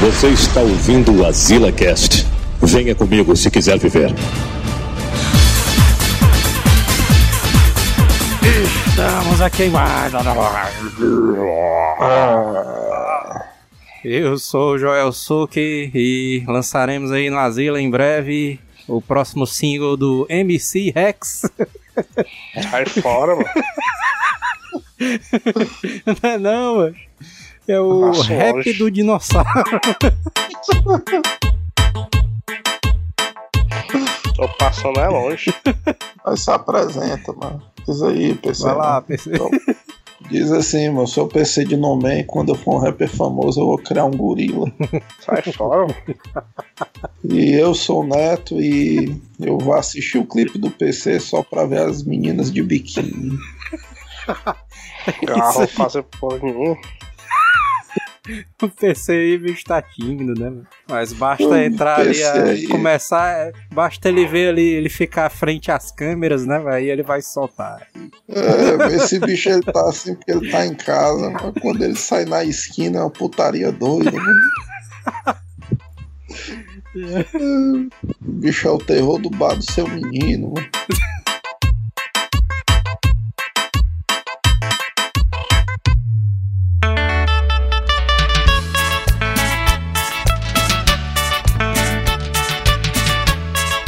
Você está ouvindo o Azila Cast. Venha comigo se quiser viver. Estamos a queimar. Eu sou o Joel Suki e lançaremos aí no Azila em breve o próximo single do MC Rex. Sai fora, mano. Não é não, mano. É o Nossa, rap lógico. do dinossauro. Tô passando é longe. Aí se apresenta, mano. Diz aí, PC. é Vai lá, mano. PC. Diz assim, mano, eu sou PC de nome e quando eu for um rapper famoso eu vou criar um gorila. Sai fora, mano. E eu sou o Neto e eu vou assistir o clipe do PC só pra ver as meninas de biquíni. Garra, vou fazer porra nenhuma. O PC aí, bicho, tá tímido, né? mano? Mas basta Hum, Ô, entrar ali, PC a- aí. começar, é, basta ele ver ali, ele ficar à frente às câmeras, né? velho? Aí ele vai soltar. É, esse bicho ele tá assim porque ele tá em casa, mas quando ele sai na esquina é uma putaria doida, né? mano. O bicho é o terror do bar do seu menino, mano.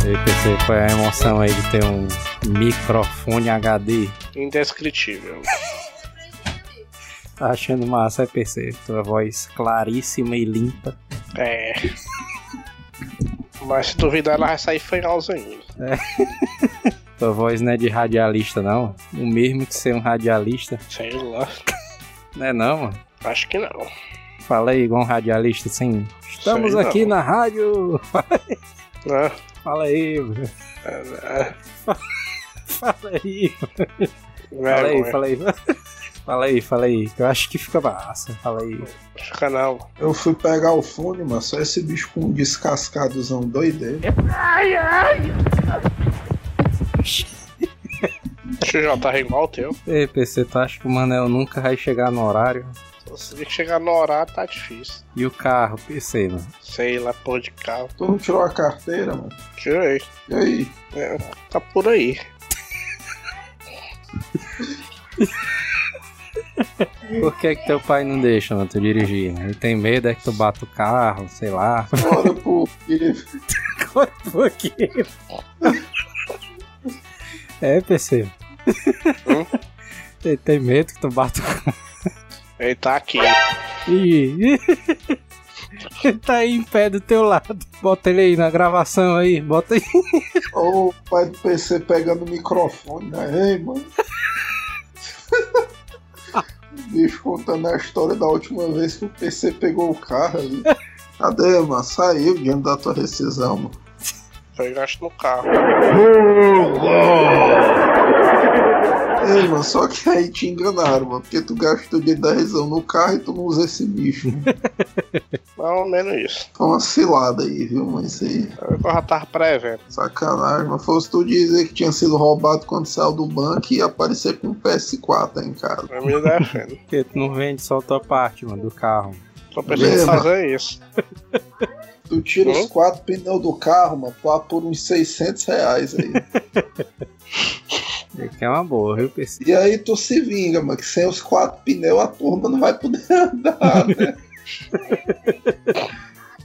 E aí, PC, qual é a emoção aí de ter um microfone HD? Indescritível. Tá achando massa, é, PC? Tua voz claríssima e limpa. É. Mas se duvidar, ela vai sair fanhosa ainda. Tua voz não é de radialista, não. O mesmo que ser um radialista. Sei lá. Não é não, mano. Acho que não. Fala aí igual um radialista, assim. Estamos Sei aqui não. na rádio. Né? Fala aí, mano. É, Fala aí. é, Fala aí, vergonha. fala aí. Fala aí, fala aí. que Eu acho que fica massa. Fala aí. Fica não. Eu fui pegar o fone, mano, só esse bicho com um descascadozão doideiro. Deixa eu jantar é igual o teu. Ei, PC, tu acha que o Manel nunca vai chegar no horário? Se você chegar no horário, tá difícil. E o carro, PC, mano. Sei lá, porra de carro. Tu não tirou a carteira, mano? Tirei. E aí? É, tá por aí. Por que que teu pai não deixa, mano, tu dirigir? Ele tem medo é que tu bata o carro, sei lá. Bora pro. Por quê? É, PC. Hum? Ele tem medo que tu bata o carro. Ele tá aqui. Ih. Ele tá aí em pé do teu lado. Bota ele aí na gravação aí, bota aí. Ô, o pai do PC pegando o microfone, né? Ei, mano. O bicho contando a história da última vez que o PC pegou o carro ali. Cadê, mano? Saiu diante da tua rescisão, mano. Foi gasto no carro. Ei, mano, só que aí te enganaram, mano, porque tu gastou o dinheiro da rescisão no carro e tu não usa esse bicho. mano. Mais ou menos isso. Foi uma cilada aí, viu, mano? Isso aí. Eu já tava pré-evento. Sacanagem, mas fosse tu dizer que tinha sido roubado quando saiu do banco e ia aparecer com um PS4 aí em casa. Eu me defendo. Porque tu não vende só a tua parte, mano, do carro. Tô pensando em Mesmo? fazer isso. Tu tira Hum? os quatro pneus do carro, mano, pá, por uns 600 reais aí. É que é uma boa, viu, PC? e aí tu se vinga, mano, que sem os quatro pneus a turma não vai poder andar, né?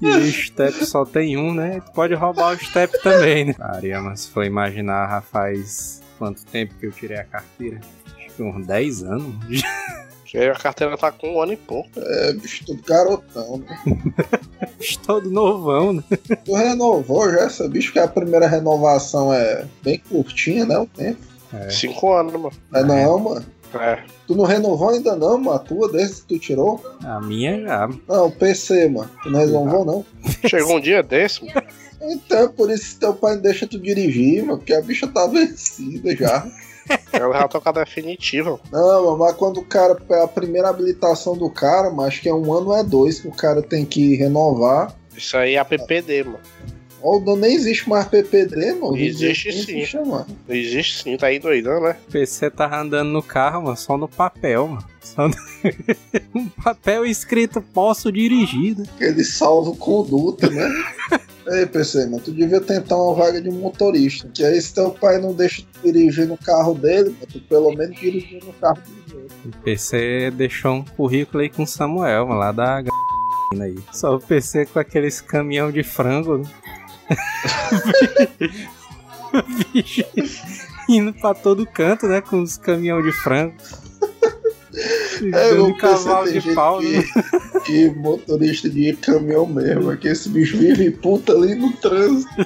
E o step só tem um, né? Tu pode roubar o step também, né? Maria, mas se for imaginar, já faz quanto tempo que eu tirei a carteira? Acho que uns 10 anos. Porque a carteira tá com um ano e pouco. É, bicho, tu garotão, né? Todo novão, né? Tu renovou já essa bicho, que a primeira renovação é bem curtinha, né? O tempo. Cinco anos, mano. É não, mano. É. Tu não renovou ainda não, mano, a tua desde que tu tirou? A minha já. Não, o PC, mano. Tu não renovou não? Chegou um dia desse, mano. Então, é por isso que teu pai não deixa tu dirigir, mano, porque a bicha tá vencida já. Ela já tá com a definitiva. mano. Não, mano, mas quando o cara. A primeira habilitação do cara, mano, acho que é um ano ou é dois que o cara tem que renovar. Isso aí é a PPD, mano. Holden nem existe mais PPD, mano. Existe Nem se sim. chama. Existe sim, tá aí doidão, né? O PC tava andando no carro, mano, só no papel, mano. Só no... um papel escrito posso dirigir, né? Aquele salvo conduta, né? Ei, PC, mano, tu devia tentar uma vaga de motorista. Que aí se teu pai não deixa tu dirigir no carro dele, mano, tu pelo menos dirigir no carro dos outros. O PC deixou um currículo aí com o Samuel, mano, lá da g... aí. Só o PC com aqueles caminhão de frango, né? O bicho indo pra todo canto, né? Com os caminhão de frango. É, Dando o PC cavalo tem de gente pau, né? que, que motorista de caminhão mesmo, é que esse bicho vive puta ali no trânsito.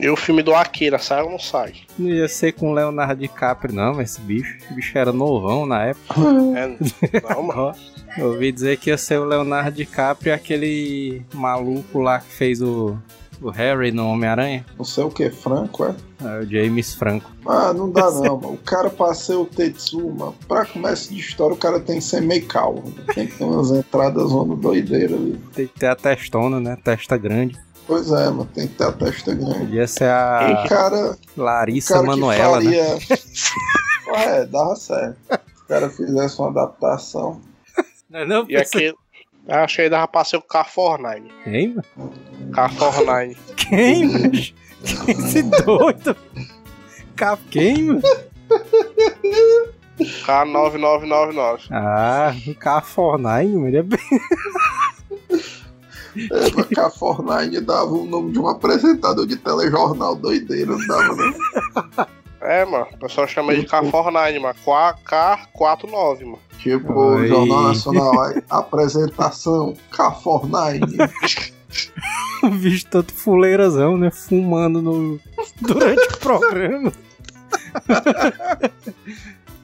E o filme do Akira, sai ou não sai? Não ia ser com o Leonardo DiCaprio, não, mas esse bicho. Esse bicho era novão na época. É, não, mano. Ó, eu ouvi dizer que ia ser o Leonardo DiCaprio aquele maluco lá que fez o, o Harry no Homem-Aranha. Não sei o que, Franco, é? É o James Franco. Ah, não dá não, mano. O cara passeia o Tetsuma. Pra começo de história, o cara tem que ser meio calmo. né? Tem que ter umas entradas zona doideira ali. Tem que ter a testona, né? Testa grande. Pois é, mano, tem que ter a testa grande. Podia ser a O cara, o Larissa cara Manoela, que né? faria... Ué, dava certo. Se o cara fizesse uma adaptação. Não, é não, E aquele. Acho que aí dava pra ser o K49. Quem, mano? K49. Quem, bicho? Quem esse doido? Cap- Quem, mano? K9999. Ah, o K49, mano. Ele é bem- É, mas que a Fortnite dava o nome de um apresentador de telejornal doideiro, não dava né? não. É, mano. O pessoal chama ele de K49, mano. Qua- K49, mano. Tipo, Ai. o Jornal Nacional, aí, apresentação, Cafornine. o bicho todo fuleirazão, né? Fumando no... durante o programa. É,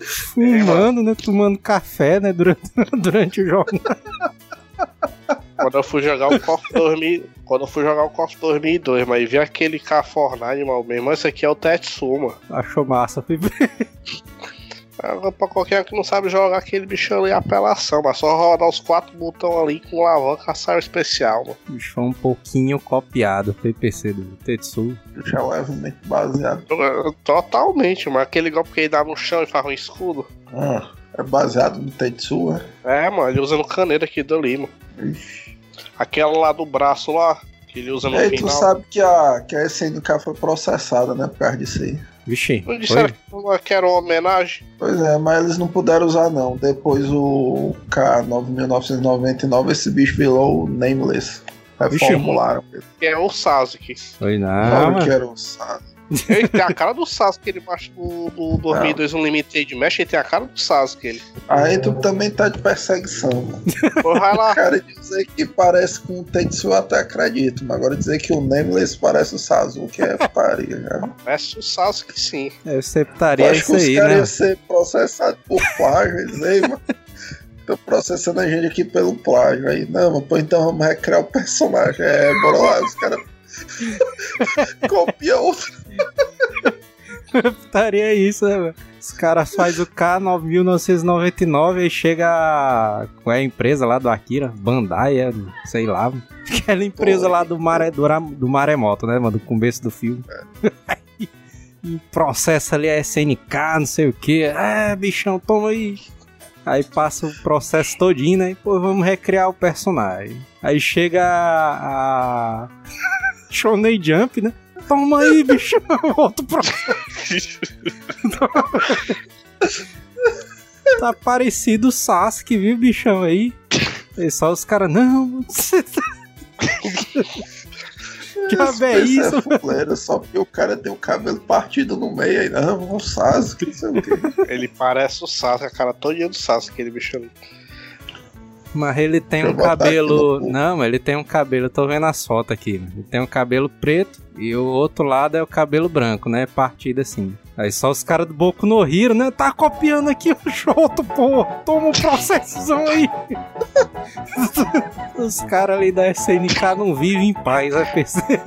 Fumando, né? Tomando café, né? Durante, durante o jogo. Quando eu fui jogar o KOF 2000, quando eu fui jogar o KOF 2002, mas vi aquele K49, mano, meu irmão, esse aqui é o Tetsuma. Achou massa. Fui Agora, Pra qualquer um que não sabe jogar aquele bichão ali é apelação, mas só rodar os quatro botões ali com alavanca sai o especial, mano. O bicho foi um pouquinho copiado foi PC do Tetsu. Já levemente é baseado. Totalmente, mano. Aquele golpe que ele dá no chão e faz um escudo. Ah, é baseado no Tetsu, né? É, mano, ele usando caneta aqui dali, mano. Ixi. Aquela lá do braço lá, que ele usa E no aí É, tu final. sabe que a, que a SNK foi processada, né, por causa disso aí. Vixe, Não disseram foi? que- que era uma homenagem? Pois é, mas eles não puderam usar não. Depois o K9999, esse bicho virou o Nameless. Vixe, Reformularam. Que é o Sasuke. Foi Claro não, que Ah, mano. era um o Sasuke. Ele tem a cara do Sasuke, ele baixa do, do 2002 Unlimited Mesh, ele tem a cara do Sasuke, ele. Aí tu também tá de perseguição, mano. Pô, vai Ah. lá. Cara, dizer que parece com o Tetsu eu até acredito, mas agora dizer que o Nameless parece o Sasuke é putaria, cara. Parece o Sasuke, sim. Eu é- Eu aceptaria acho que É, isso os aí, caras né? iam ser processados por plágio, eles aí, mano. Tô processando a gente aqui pelo plágio aí. Não, mas pô, então vamos recriar o personagem. É, bora lá, os caras. Copiam o Aceptaria isso, né, mano? Os caras fazem o K9999 e chega a... Qual é a empresa lá do Akira? Bandai, é, sei lá. mano. Aquela empresa lá do, mare... do, ra- do maremoto, né, mano? Do começo do filme. E processa ali a SNK, não sei o que. É, bichão, toma aí. Aí passa o processo todinho, né? E, pô, vamos recriar o personagem. Aí chega a... a... Shonen Jump, né? Toma aí, bichão. Outro processo. Tá parecido o Sasuke, viu, bichão aí? E só os caras, não, você tá... Que diabo é Esse isso? é fuleiro, só porque o cara tem o cabelo partido no meio aí. Não, vamos o Sasuke, não sei o quê. Ele parece o Sasuke, a cara todinha do Sasuke, aquele bicho ali. Mas ele tem Deixa um eu botar aqui cabelo. no cu. Não, mas ele tem um cabelo, eu tô vendo as fotos aqui. né? Ele tem um cabelo preto e o outro lado é o cabelo branco, né? Partido assim. Aí só os caras do Boku no Hiro, né? Tá copiando aqui o Shoto, pô! Toma um processão aí! os caras ali da SNK não vivem em paz, vai perceber.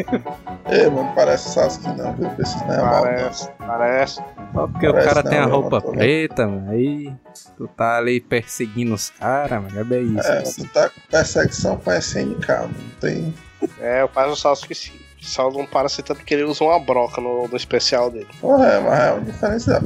É, mano, parece Sasuke não, viu? Esse não é mal, não. Parece, parece. Só porque o Parece é cara tem a não, eu roupa não tô vendo. preta, mano. Aí tu tá ali perseguindo os caras, mano. É isso. É, assim. tu tá com perseguição com a SNK, não tem. É, parece o Sasuke sim. Só não para se tanto que ele usa uma broca no, no especial dele. Porra, é, mas é uma diferença.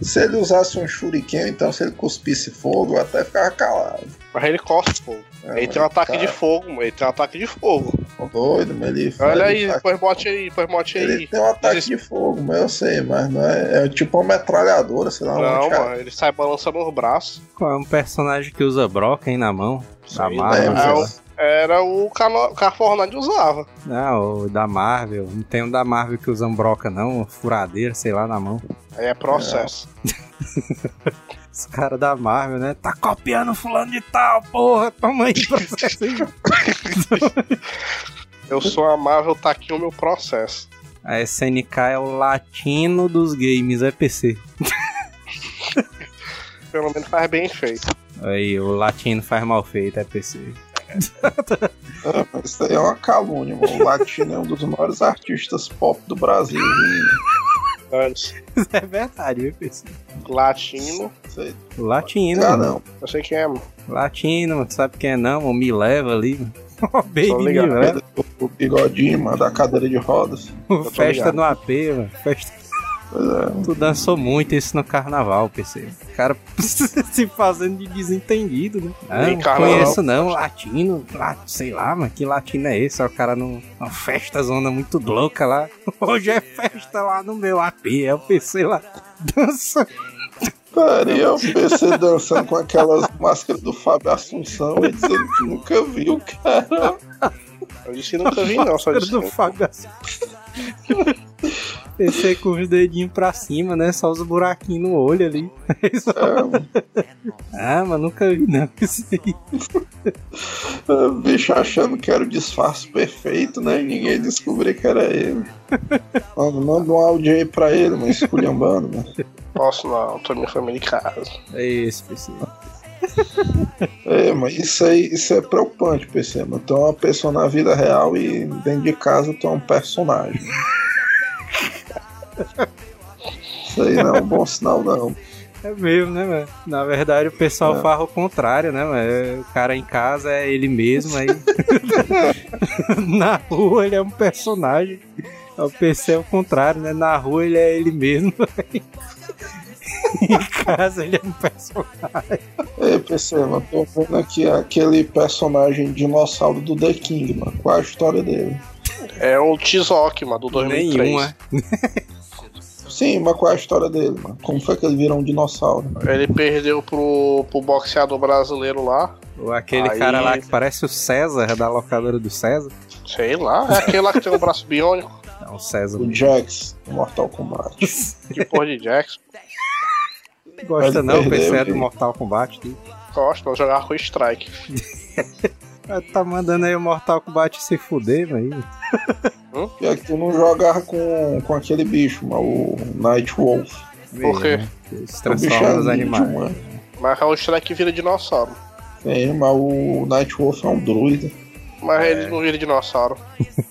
Se ele usasse um shuriken, então se ele cuspisse fogo, eu até ficava calado. Mas ele cospe fogo. É, ele mas tem um ataque cara, de fogo, mano. Ele tem um ataque de fogo. ficou Doido, mas ele. ele Olha aí, tá- depois bote aí, depois bote Ele aí. tem um ataque Existe- de fogo, mas eu sei, mas não é. É tipo uma metralhadora, sei lá. Não, onde, cara. mano, ele sai balançando os braços. Qual é um personagem que usa broca, hein, na mão? Da Marvel. lembra, sei é lá. o- Era o Cano- Carfornade usava. Ah, o da Marvel. Não tem um da Marvel que usa um broca, não. Um furadeira, sei lá, na mão. Aí é processo. Os caras da Marvel, né? Tá copiando fulano de tal, porra. Toma aí, processo aí. Eu sou amável, tá aqui o meu processo. A SNK é o latino dos games, é PC. Pelo menos faz bem feito. Aí, o latino faz mal feito, é PC. Ah, mas Isso daí é uma calúnia, mano. O Latino é um dos maiores artistas pop do Brasil. hein? Antes, É verdade, viu, PC? latino. Isso aí, O latino, Ah, mano. não. Eu sei quem é, mano. Latino, mano. Tu sabe quem é não? mano? Me leva ali, mano. Ó, Baby Tô me ligado. leva. né? O o bigodinho, mano, da cadeira de rodas. tô Festa ligado. no AP, mano. Festa... Pois é. Tu dançou muito isso no carnaval, PC. O cara se fazendo de desentendido, né? Nem Não, carnaval. conheço não, latino, lá, sei lá, mano, que latino é esse? Aí o cara num- numa festa zona muito louca lá. Hoje é festa lá no meu AP, é o PC lá. Dança. Daria o PC dançando com aquelas máscaras do Fábio Assunção e dizendo que nunca viu, cara. Eu disse que nunca vi, não. Só Era disse. do Fábio Assunção. PC com os dedinhos pra cima, né? Só os buraquinhos no olho ali. É, mano. Ah, mas nunca vi não isso aí. O é, bicho achando que era o disfarce perfeito, né? E ninguém descobria que era ele. Mano, manda um áudio aí pra ele, mano, esculhambando, mano. Posso não, tô minha família em casa. É esse, PC. É, mas isso aí isso é preocupante, PC, mano. Tu é uma pessoa na vida real e dentro de casa tu é um personagem. Isso aí não é um bom sinal, não. É mesmo, né, mano? Na verdade, o pessoal É. farra o contrário, né, mano? É, O cara em casa é ele mesmo, aí. Na rua ele é um personagem. O PC é o contrário, né? Na rua ele é ele mesmo. aí. em casa ele é um personagem. É, PC, mano, tô vendo aqui aquele personagem dinossauro do The King, mano. Qual é a história dele? É o Tizoc, mano, do é. 2003. Nenhuma. Sim, mas qual é a história dele, mano? Como foi que ele virou um dinossauro? Ele perdeu pro, pro boxeador brasileiro lá. é? Ou aquele Aí- cara lá que parece o César, da locadora do César. Sei lá. É aquele lá que tem o braço biônico. Não, o César. O Jax, do Mortal Kombat. Que porra de Jackson. Gosta Ele não, o perdeu, PC é do gente. Mortal Kombat. né? Tudo. Gosto, eu jogava com strike. Ah, Tá mandando aí o Mortal Kombat se fuder, velho. E é que tu não jogava com, com aquele bicho, mano, o Night Wolf. Por quê? Se O bicho transforma é nos um animais. bicho, mano. Mas o Strike vira dinossauro. Tem, mas o Nightwolf é um druida. Mas ele não vira dinossauro.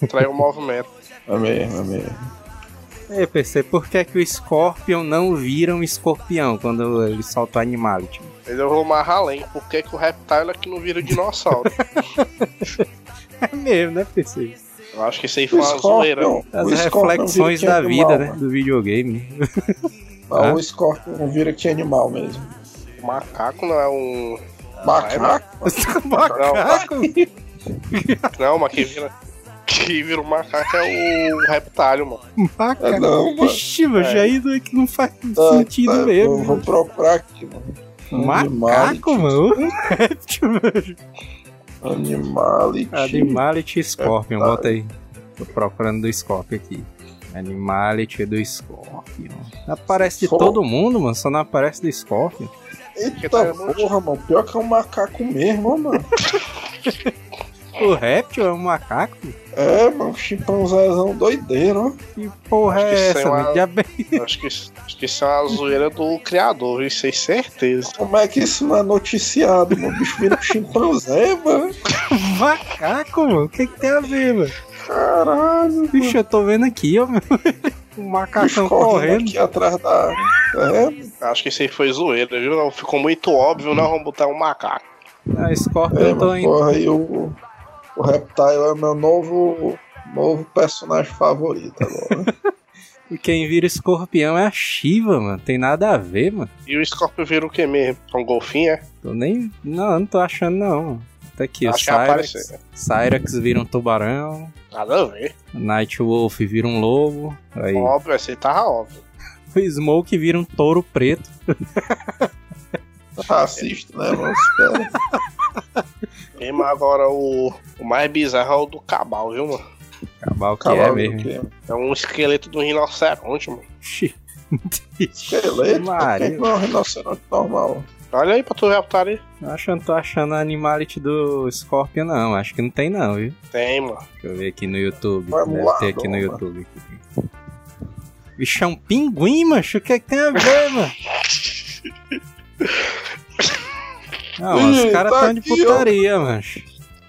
Traiu o movimento. É mesmo, é mesmo. É, PC, por que, é que o Scorpion não vira um escorpião quando ele solta o Tipo, animality? Mas eu vou mais além. Por que, que o Reptile aqui não vira dinossauro? É mesmo, né, PC? Eu acho que isso aí foi O uma zoeira. Scorpion, As o Scorpion reflexões vira da que é vida, animal, né? mano. Do videogame. Ah, O Scorpion vira que é animal mesmo. O macaco não é um. Macaco? Macaco? Não, mas quem vira. Quem vira o macaco é o Reptile, mano. É, Macaco? não, mano. Ixi, meu, já ido é que não faz Tá, sentido tá, mesmo. Eu vou procurar aqui, mano. Macaco, mano? tipo. Tipo, Réptil, meu. Animality. Ah, É Animality e Scorpion, É, tá. bota aí. Tô procurando do Scorpion aqui. Animality do Scorpion. Aparece de Só- todo mundo, mano, só não aparece do Scorpion. Eita tá porra, mano. Pior que é um macaco mesmo, ó, mano. O réptil é um macaco? É, mano. Chimpanzézão doideiro, ó. Que porra Acho é que isso é essa, uma- mano? Já bem- Eu Acho que, isso- acho que isso é uma zoeira do criador, viu? Sem certeza. Como é que isso não é noticiado, mano? O bicho vira um chimpanzé, mano. um Macaco, mano? O que, que tem a ver, mano? Caralho. Bicho, eu tô vendo aqui, ó, meu. Um O bicho macacão correndo correndo. aqui atrás da. É, Eu Acho que isso aí foi zoeira, viu? Não, Ficou muito óbvio, não. Vamos botar um macaco. A Ah, Scorpion É, eu tô mas indo. porra, aí o, o Reptile é meu novo Novo personagem favorito agora. E quem vira escorpião é a Shiva, mano. Tem nada a ver, mano. E o Scorpio vira o que mesmo? Um golfinho, é? Tô nem. Não, não tô achando, não. Tá aqui, Acho que o Cyrax. apareceu. Cyrax vira um tubarão. Nada a ver. Nightwolf vira um lobo. Aí. Óbvio, esse aí tava óbvio. O Smoke vira um touro preto. Racista, né, mano? Os caras- É Mesmo agora o, o mais bizarro é o do Cabal, viu, mano? Acabar o que é Cavalo mesmo. que- É um esqueleto do rinoceronte, mano. Ixi, Esqueleto? Maria. Por que Não, é um rinoceronte normal. Olha aí pra tu ver, tá ali. eu acho que eu não tô achando a animality do Scorpion, não. Acho que não tem, não, viu? Tem, mano. Deixa eu ver aqui no YouTube. Vai, Deve mulado, ter aqui no mano. YouTube. Bicho, é um pinguim, macho? O que é que tem a ver, mano? Não, Ih, os caras tá tão de aqui, ó. putaria, macho.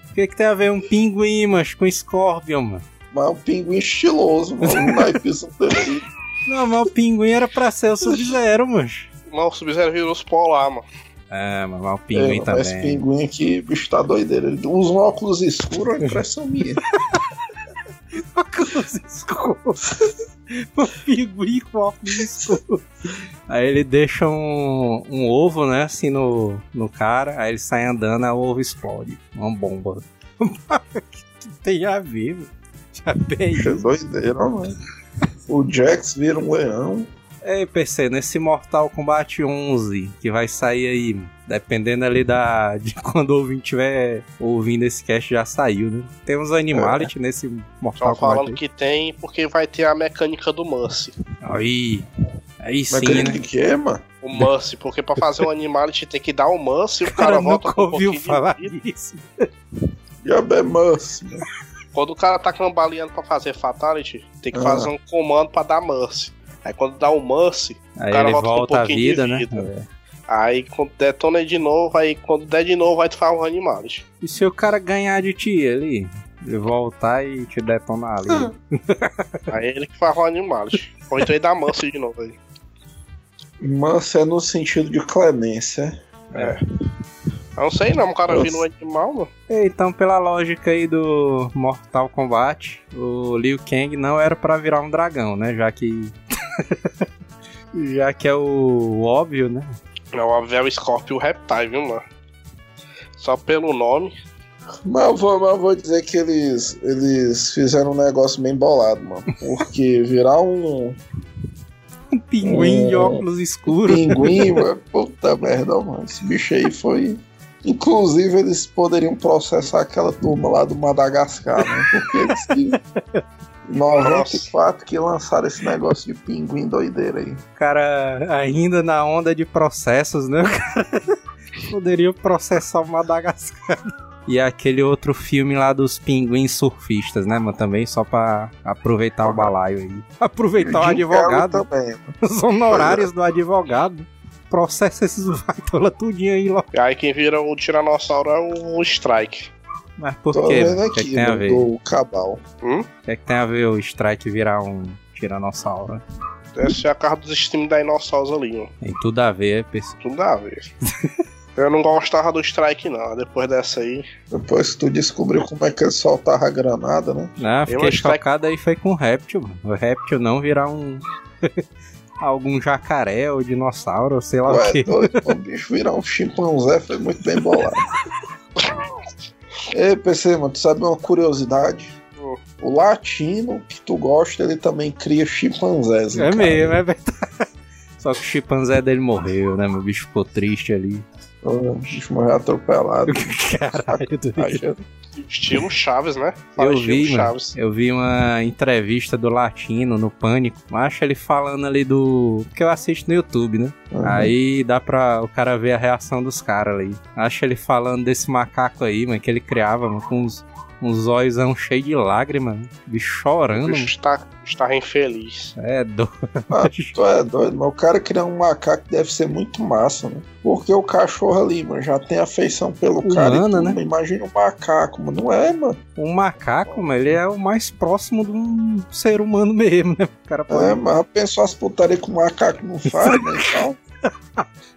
O que é que tem a ver um pinguim, macho, com Scorpion, mano? Mas é um pinguim estiloso, mano. Não é isso, não tem- Não, mas o pinguim era pra ser o Sub-Zero, macho. Mas o Sub-Zero virou os polar, mano. Ah, mas mas o pinguim É, também. Mas pinguim aqui, bicho, tá doideiro. Ele usa um óculos escuro, é impressão minha. óculos escuros. O pinguim com óculos escuros. Aí ele deixa um, um ovo, né, assim, no, no cara. Aí ele sai andando, aí o ovo explode. Uma bomba. que tem a ver, mano? Já bem Bicho, é doideira, mano. O Jax vira um leão. Ei, PC, nesse Mortal Kombat 11 que vai sair aí, mano, dependendo ali da de quando o ouvinte tiver ouvindo esse cast já saiu, né? Tem uns animality nesse Só Mortal Kombat. É. falando que tem porque vai ter a mecânica do Mercy. Aí, aí Mas sim, tem né? que que é, mano? O Mercy, porque pra fazer um animality tem que dar o Mercy e o O cara cara volta nunca com um ouviu pouquinho de falar vida. disso. Diabo é manso, mano. Quando o cara tá cambaleando pra fazer Fatality, tem que Ah. fazer um comando pra dar Mercy. Aí quando dá o Mercy, Aí cara ele volta com um volta à pouquinho de vida, né? vida. É. aí quando detona de novo, aí quando der de novo, aí tu faz um animality. E se o cara ganhar de ti ali? Ele voltar e te detonar ali. Aí ele que faz um animality. Ou então ele dá Mercy de novo aí. Manso é no sentido de clemência. Eu não sei não, o cara Nossa. vira um animal, mano. E Então, pela lógica aí do Mortal Kombat, o Liu Kang não era pra virar um dragão, né? Já que. Já que é o, o óbvio, né? Não, óbvio, é o Scorpio Reptile, viu, mano? Só pelo nome. Mas eu vou, mas eu vou dizer que eles, eles fizeram um negócio bem bolado, mano. Porque virar um Um pinguim de É. óculos escuros. pinguim, mano, puta merda, mano. Esse bicho aí foi. Inclusive, eles poderiam processar aquela turma lá do Madagascar, né? Porque eles que. 94 que lançaram esse negócio de pinguim doideira aí. O cara ainda na onda de processos, né? O cara poderia processar o Madagascar. E aquele outro filme lá dos pinguins surfistas, né, mano? Também só pra aproveitar o balaio aí. Aproveitar o De um advogado. cara também. mano. Os honorários do advogado. Processa esses vaitola tudinho aí logo. E aí quem vira o Tiranossauro é o Strike. Mas por Tô quê? vendo mano? O que, é aqui, que né, tem a ver? O do, do Cabal. que, é que tem a ver o Strike virar um tiranossauro? né? Essa é a casa dos streams da dinossauros ali, mano. Tem tudo a ver, pessoal. Tudo dá a ver. Eu não gostava do Strike, não. Depois dessa aí. Depois que tu descobriu como é que ele soltava a granada, né? Não, Eu fiquei acho que vai- chocado aí foi com o réptil, mano. O réptil não virar um. algum jacaré ou dinossauro, sei lá o Ué, que. doido, o bicho virar um chimpanzé foi muito bem bolado. Ei, PC, mano, tu sabe uma curiosidade? Hum. O latino que tu gosta, ele também cria chimpanzés. hein, É cara? mesmo, é verdade. Só que o chimpanzé dele morreu, né? Meu bicho ficou triste ali. O bicho morreu atropelado. Caralho, doido. Imagina. Estilo Chaves, né? Eu estilo vi, mano. Chaves. Eu vi uma entrevista do Latino no Pânico. Acho ele falando ali do. Porque eu assisto no YouTube, né? Uhum. Aí dá pra o cara ver a reação dos caras ali. Acho ele falando desse macaco aí, mano, que ele criava, mano, com uns, uns olhosão cheio de lágrima, mano. bicho O chorando, bicho mano. está, está infeliz. É doido. Ah, tu é doido, mas o cara criar um macaco deve ser muito massa, né? Porque o cachorro ali, mano, já tem afeição pelo cara. e Humana, tudo, né? mas Imagina um macaco, mano. Não é, mano. O Um macaco, mano, ele é o mais próximo de um ser humano mesmo, né? O cara pode. "Ah, É, mas pensou as putarias que o macaco não faz, né? e tal.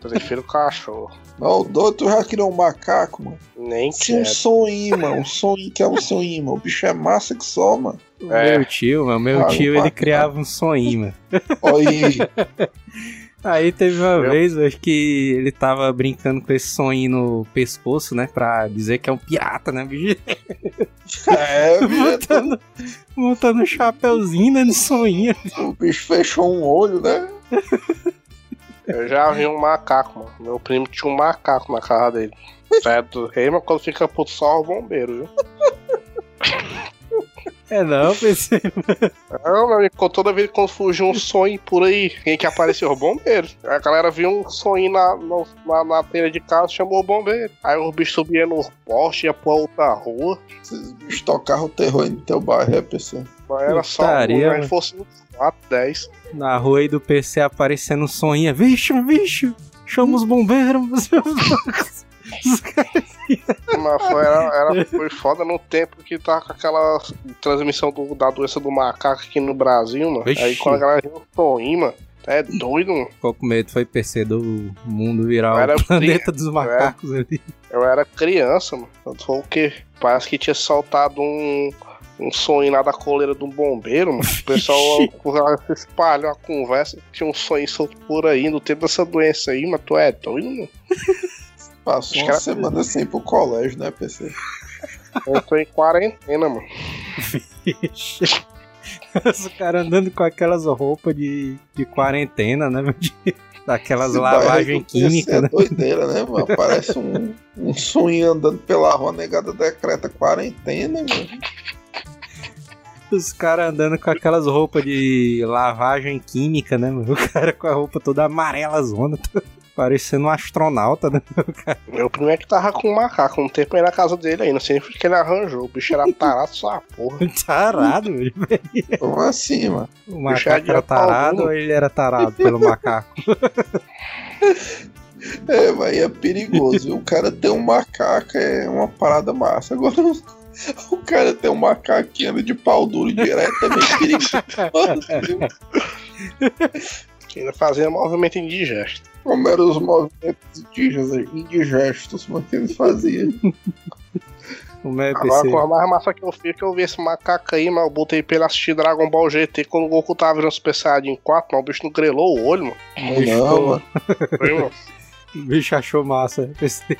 Prefiro cachorro. Não, doido, tu já criou um macaco, mano. Nem Tinha um quero. sonho, mano. Um sonho que é um sonho, mano. O bicho é massa que só, mano. É. Meu tio, mano, meu Ah, tio, opa, ele cara. criava um sonho, mano. Olha aí. Aí teve uma Meu. vez, acho que ele tava brincando com esse sonho no pescoço, né? Pra dizer que é um pirata, né? bicho? É, bicho, Montando, montando um chapeuzinho, né? No sonho. o bicho fechou um olho, né? Eu já vi um macaco, mano. Meu primo tinha um macaco na casa dele. Perto do rei, mas quando fica puto só o bombeiro, viu? É não, pensei. Não, meu amigo, toda vez que quando surgiu um sonho por aí, quem que apareceu? O bombeiro. A galera viu um sonho na, no- na, na telha de casa chamou o bombeiro. Aí o bicho subia no poste, ia pra outra rua. Esses bichos tocavam o terror aí no teu bairro, é, pessoal. Mas era só Putaria, um, aí mano. fosse uns 4, 10. Na rua aí do PC aparecendo um sonho. Vixe, vixe, chama os bombeiros. Mas foi, era, era- foi foda no tempo que tava com aquela transmissão do- da doença do macaco aqui no Brasil, mano. Vixe. Aí quando a galera viu o sonho, mano, é doido, mano. Ficou com medo, foi PC do mundo virar Era o o planeta dos macacos ali. Eu era criança, mano. Tanto foi o que parece que tinha saltado um, um sonho lá da coleira de um bombeiro, mano. O pessoal se espalhou a conversa, tinha um sonho solto por aí, no tempo dessa doença aí, mas tu é doido, mano. Passou Os uma cara- semana sem ir pro colégio, né, PC? Eu tô em quarentena, mano. Vixe. Os caras andando com aquelas roupas de, de quarentena, né? meu tio? Daquelas Esse bairro lavagens do PC químicas, né? É doideira, né, mano? Parece um, um sonho andando pela rua, negada decreta quarentena, mano. Os caras andando com aquelas roupas de lavagem química, né? meu? O cara com a roupa toda amarela zona, parecendo um astronauta, né? Meu primo é que tava com um macaco, um tempo aí na casa dele aí, não sei nem por que ele arranjou. O bicho era tarado, só a porra. Tarado, velho. Como assim, mano? O Bicho macaco era era de tarado Paulo. ou ele era tarado pelo macaco? É, mas é perigoso. viu? O cara ter um macaco é uma parada massa. Agora, o cara ter um macaco que anda de pau duro direto é meio perigoso. Que Ele fazia movimento indigesto. Como eram os movimentos indígenas, indigestos, mano, que eles faziam. Como é, Agora, PC? a coisa mais massa que eu fiz é que eu vi esse macaco aí, mas eu botei pra ele assistir Dragon Ball GT quando o Goku tava virando Super Saiyajin 4, mas o bicho não grelou o olho, mano. Não, mano. Foi, um mano. O bicho achou massa. PC.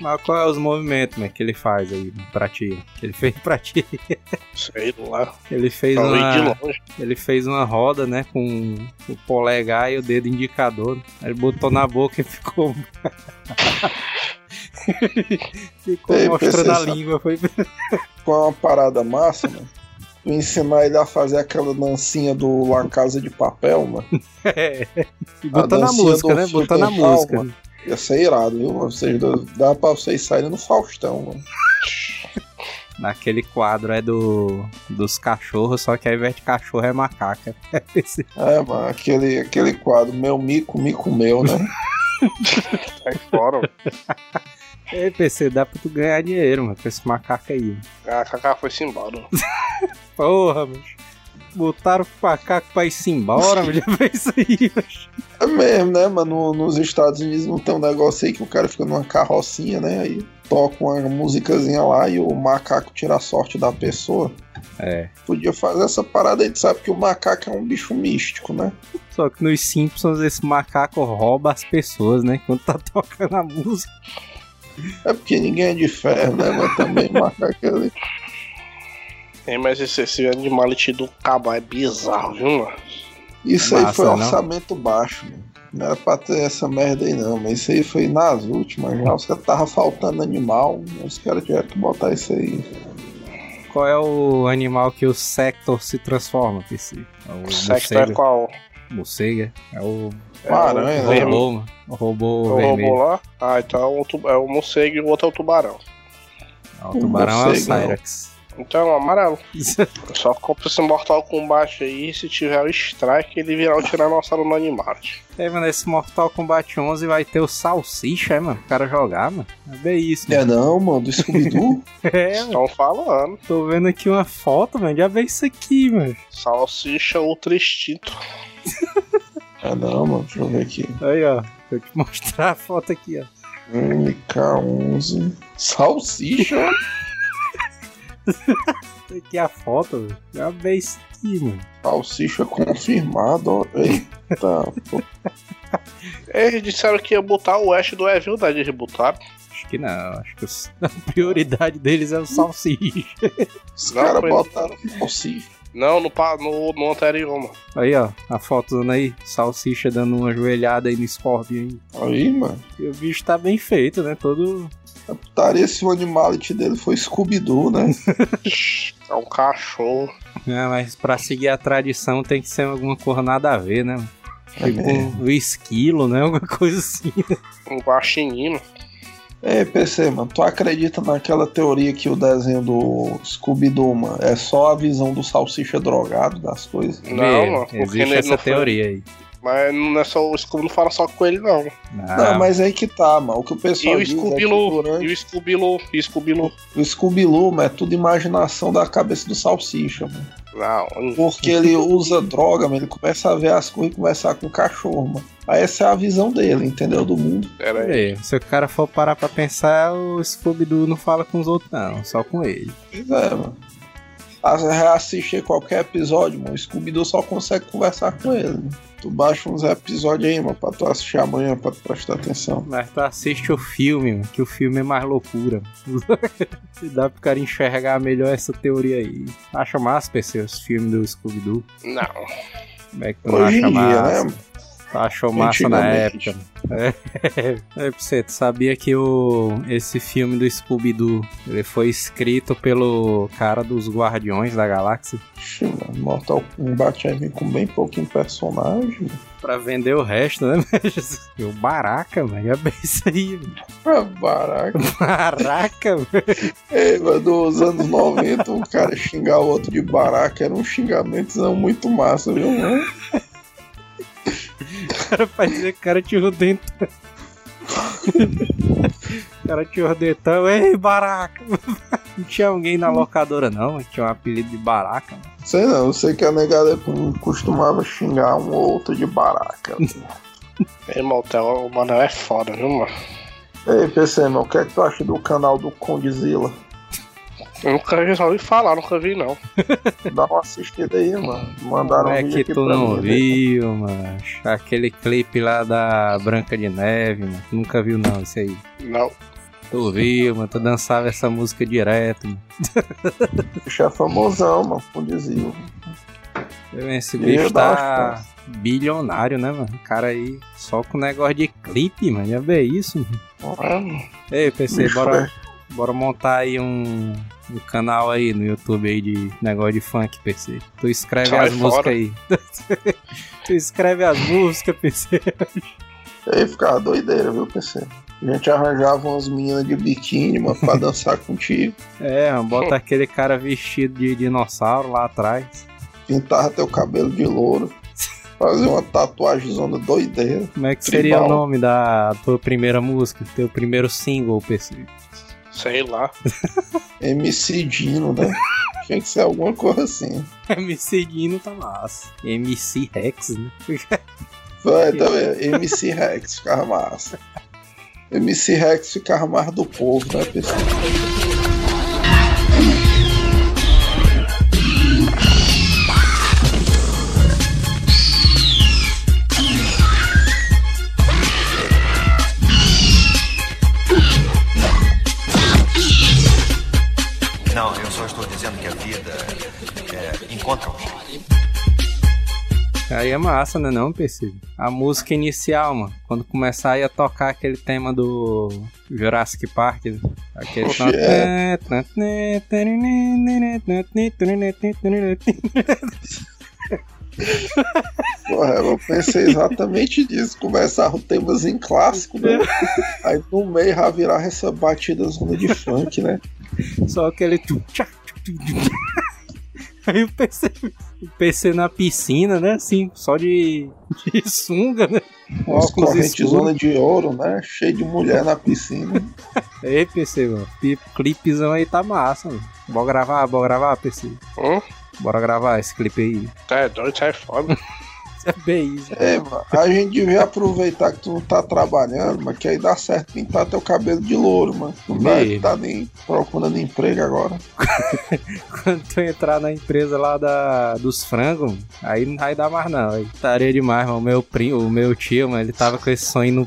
Mas qual é os movimentos né, que ele faz aí pra ti? Que ele fez pra ti. Sei lá. Ele fez Falei de uma, longe. ele fez uma roda, né, com o polegar e o dedo indicador. Aí Ele botou na boca e ficou ficou Ei, mostrando a PC, língua, foi com é uma parada massa, mano. Tu ensinar ele a fazer aquela dancinha do La Casa de Papel, mano. é. E botando a dancinha música, do né? fio Botando a dental, música. mano. Ia ser irado, viu? mano? Vocês dois- dá pra vocês saírem no Faustão, mano. Naquele quadro é do dos cachorros, só que ao invés de cachorro é macaca. Esse- É, mano, aquele, aquele quadro, meu mico, mico meu, né? Sai fora, mano. Ei, PC, dá pra tu ganhar dinheiro, mano, com esse macaco aí. mano. A Kaká foi-se embora. mano. Porra, bicho. Botaram o macaco pra ir -se embora, mano. Já fez isso aí, bicho. É mesmo, né, mano? No- Nos Estados Unidos não tem um negócio aí que o cara fica numa carrocinha, né? Aí toca uma musicazinha lá e o macaco tira a sorte da pessoa. É. Podia fazer essa parada, a gente sabe que o macaco é um bicho místico, né? Só que nos Simpsons esse macaco rouba as pessoas, né? Quando tá tocando a música. É porque ninguém é de ferro, né? Mas também macaco é Tem, mas esse, esse animalite do cabo é bizarro, viu, mano? Isso Massa, aí foi não? orçamento baixo, mano. Não era pra ter essa merda aí não, mas isso aí foi nas últimas já. Os caras tava faltando animal, os caras tiveram que botar isso aí. Qual é o animal que o Sector se transforma, PC? É o O sexo é morcego. qual? Morcega? É o É Uma o- aranha, o né? vermelho. robô, mano. O robô O vermelho. robô lá? Ah, então é o, tu- é o morcego e o outro é o tubarão. Ah, O tubarão é o Morcego, não. Cyrax. Então é o amarelo. Só compra esse Mortal Kombat aí, se tiver o Strike, ele virar o Tiranossauro no Animarte. É, mano, esse Mortal Kombat 11 vai ter o Salsicha, é, mano? O cara jogar, mano. É bem isso, mano. É não, mano, do Scooby-Doo? É, mano. Estão falando. Tô vendo aqui uma foto, mano. Já vê isso aqui, mano. Salsicha Ultra Instinto. Ah não, mano, deixa eu ver aqui. Aí, ó. Deixa eu te mostrar a foto aqui, ó. MK11. Salsicha? Tem aqui é a foto, velho. Já bem isso aqui, mano. Salsicha confirmado. ó. Eita, pô. Eles disseram que ia botar o Ash do Evil, daí eles botaram. Acho que não. Acho que os- a prioridade deles é o salsicha. Os Não, caras foi- botaram salsicha. Não, no, pa- no, no anterior, mano. Aí, ó. A foto dando aí. Salsicha dando uma joelhada aí no Scorpion. hein? Aí, mano. E o bicho tá bem feito, né? Todo. A putaria se o animality dele foi Scooby-Doo, né? É um cachorro. É, mas pra seguir a tradição tem que ser alguma cor nada a ver, né? mano? É, Tipo, o esquilo, né? Alguma coisa assim. Um guaxinim. Ei, PC, É, mano, tu acredita naquela teoria que o desenho do Scooby-Doo, mano, é só a visão do salsicha drogado das coisas? Não, Vê, mano. Porque Existe ele essa não foi. teoria aí. Mas não é só o Scooby não fala só com ele, não. Não, Ah, mas aí que tá, mano. O que o E pessoal o né, diz é que Scooby-Loo. durante... E o Scooby-Loo. E o Scooby-Loo. o Scooby-Loo, mano, é tudo imaginação da cabeça do salsicha, mano. Não. Porque ele usa droga, mano, ele começa a ver as coisas e conversar com o cachorro, mano. Aí essa é a visão dele, entendeu? Do mundo. Pera aí. Vê, é. se o cara for parar pra pensar, o Scooby-Doo não fala com os outros, não, só com ele. Pois é, mano. Às vezes, Reassistir qualquer episódio, mano, o Scooby-Doo só consegue conversar com ele, mano. Tu baixa uns episódios aí, mano, pra tu assistir amanhã, pra tu prestar atenção. Mas tu assiste o filme, mano, que o filme é mais loucura. Se dá pro cara enxergar melhor essa teoria aí. Acha massa, PC, os filmes do Scooby-Doo? Não. Como é que tu não Hoje acha em dia, massa? né? mano? Tu achou massa na Antigamente. época. É, é pra você, tu sabia que o, esse filme do Scooby-Doo ele foi escrito pelo cara dos Guardiões da Galáxia? Ixi, mano, Mortal Kombat aí vem com bem pouquinho personagem. mano. Pra vender o resto, né? mas- E o Baraca, velho. É bem isso aí. velho. Ah, baraca. Baraca, velho. Ei, mano, dos anos 90, um cara xingar o outro de baraca era um xingamentozão muito massa, viu, mano? O cara parecia que o cara tinha o dentão. O cara tinha o dentão. Ei, Baraca. Não tinha alguém na locadora, não. mas Tinha um apelido de Baraca. mano. Sei não, eu sei que a negada com- costumava xingar um ou outro de baraca. Ei, Maltel, o Manoel é foda, viu, mano? Ei, PC, meu, o que é que tu acha do canal do Condizila? Eu nunca resolvi falar, nunca vi, não. Dá uma assistida aí, mano. Mandaram Como é um vídeo que aqui tu pra não mim, viu, mano? Aquele clipe lá da Branca de Neve, mano. Tu Nunca viu, não, isso aí. Não. Tu viu, mano. Tu dançava essa música direto, mano. O bicho é famosão, mano, Condizila. Esse Eu bicho ia dar tá bilionário, né, mano? O cara aí só com negócio de clipe, mano. Já vê isso? mano? Mano, Ei, PC, é, Bicho, bora, né? bora montar aí um, um canal aí no YouTube aí de negócio de funk, PC. Tu escreve Sai as músicas fora. aí. tu escreve as músicas, PC. Aí ficava doideira, viu, PC? A gente arranjava umas meninas de biquíni, mano, pra dançar contigo. É, mano, bota aquele cara vestido de dinossauro lá atrás. Pintava teu cabelo de louro. Fazia uma tatuagem zona doideira. Como é que seria o Tribal. nome da tua primeira música, teu primeiro single, PC? sei lá. MC Dino, né? Tinha que ser alguma coisa assim. MC Dino tá massa. MC Rex, né? Vai, tá também. MC Rex ficava massa. MC Rex ficava mais do povo, né, pessoal? Não, eu só estou dizendo que a vida é, encontra um jeito. Aí é massa, né não, PC? A música inicial, mano. Quando começar aí a tocar aquele tema do Jurassic Park, né? Aquele Oxe, é. Porra, eu pensei exatamente nisso. Começar o temas em clássico, né? Aí no meio já virar essa batida zona de funk, né? Só aquele... tu- tchá, tu- tu- tu- Aí o PC, o PC na piscina, né? Assim, só de, de sunga, né? Umas Óculos correntes escuros. zona de ouro, né? Cheio de mulher na piscina. Ei, PC, mano. pi- Clipezão aí tá massa, mano. Bora gravar, bora gravar, PC. Hum? Bora gravar esse clipe aí. é Tá é doido, sai fora. bem isso. É, mano, a gente devia aproveitar que tu não tá trabalhando, mas que aí dá certo pintar teu cabelo de louro, mano. Não dá, Ei. tá nem procurando emprego agora. Quando tu entrar na empresa lá da, dos frangos, aí não vai dar mais não. Aí estaria demais, mano. O meu primo, o meu tio, mano, ele tava com esse sonho no,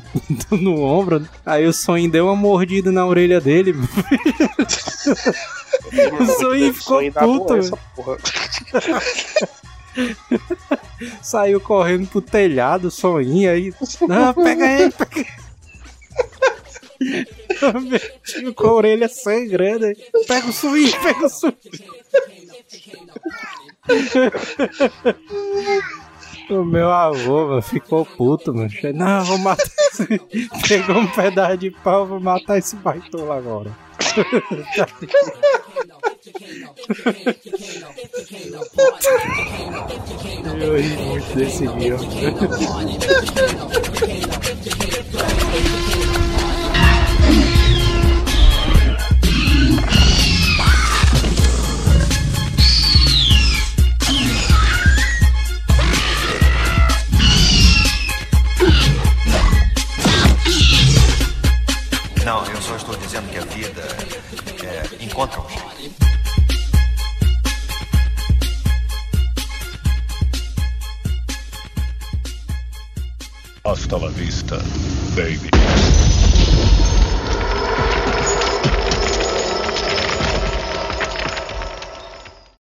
no ombro. Aí o sonho deu uma mordida na orelha dele, mano. O sonho ficou Sonho da puto, doença, porra. saiu correndo pro telhado, sonhinho aí. Não, pega ele, pega ele. Meu tio com a orelha sangrando. aí, Pega o swing, pega o swing. O meu avô mano, ficou puto, mano. Não, vou matar esse. Pegou um pedaço de pau, vou matar esse baitola agora. Eu ri muito desse dia. Não, eu só estou dizendo que a vida é, encontra um jeito. Hasta la vista, baby.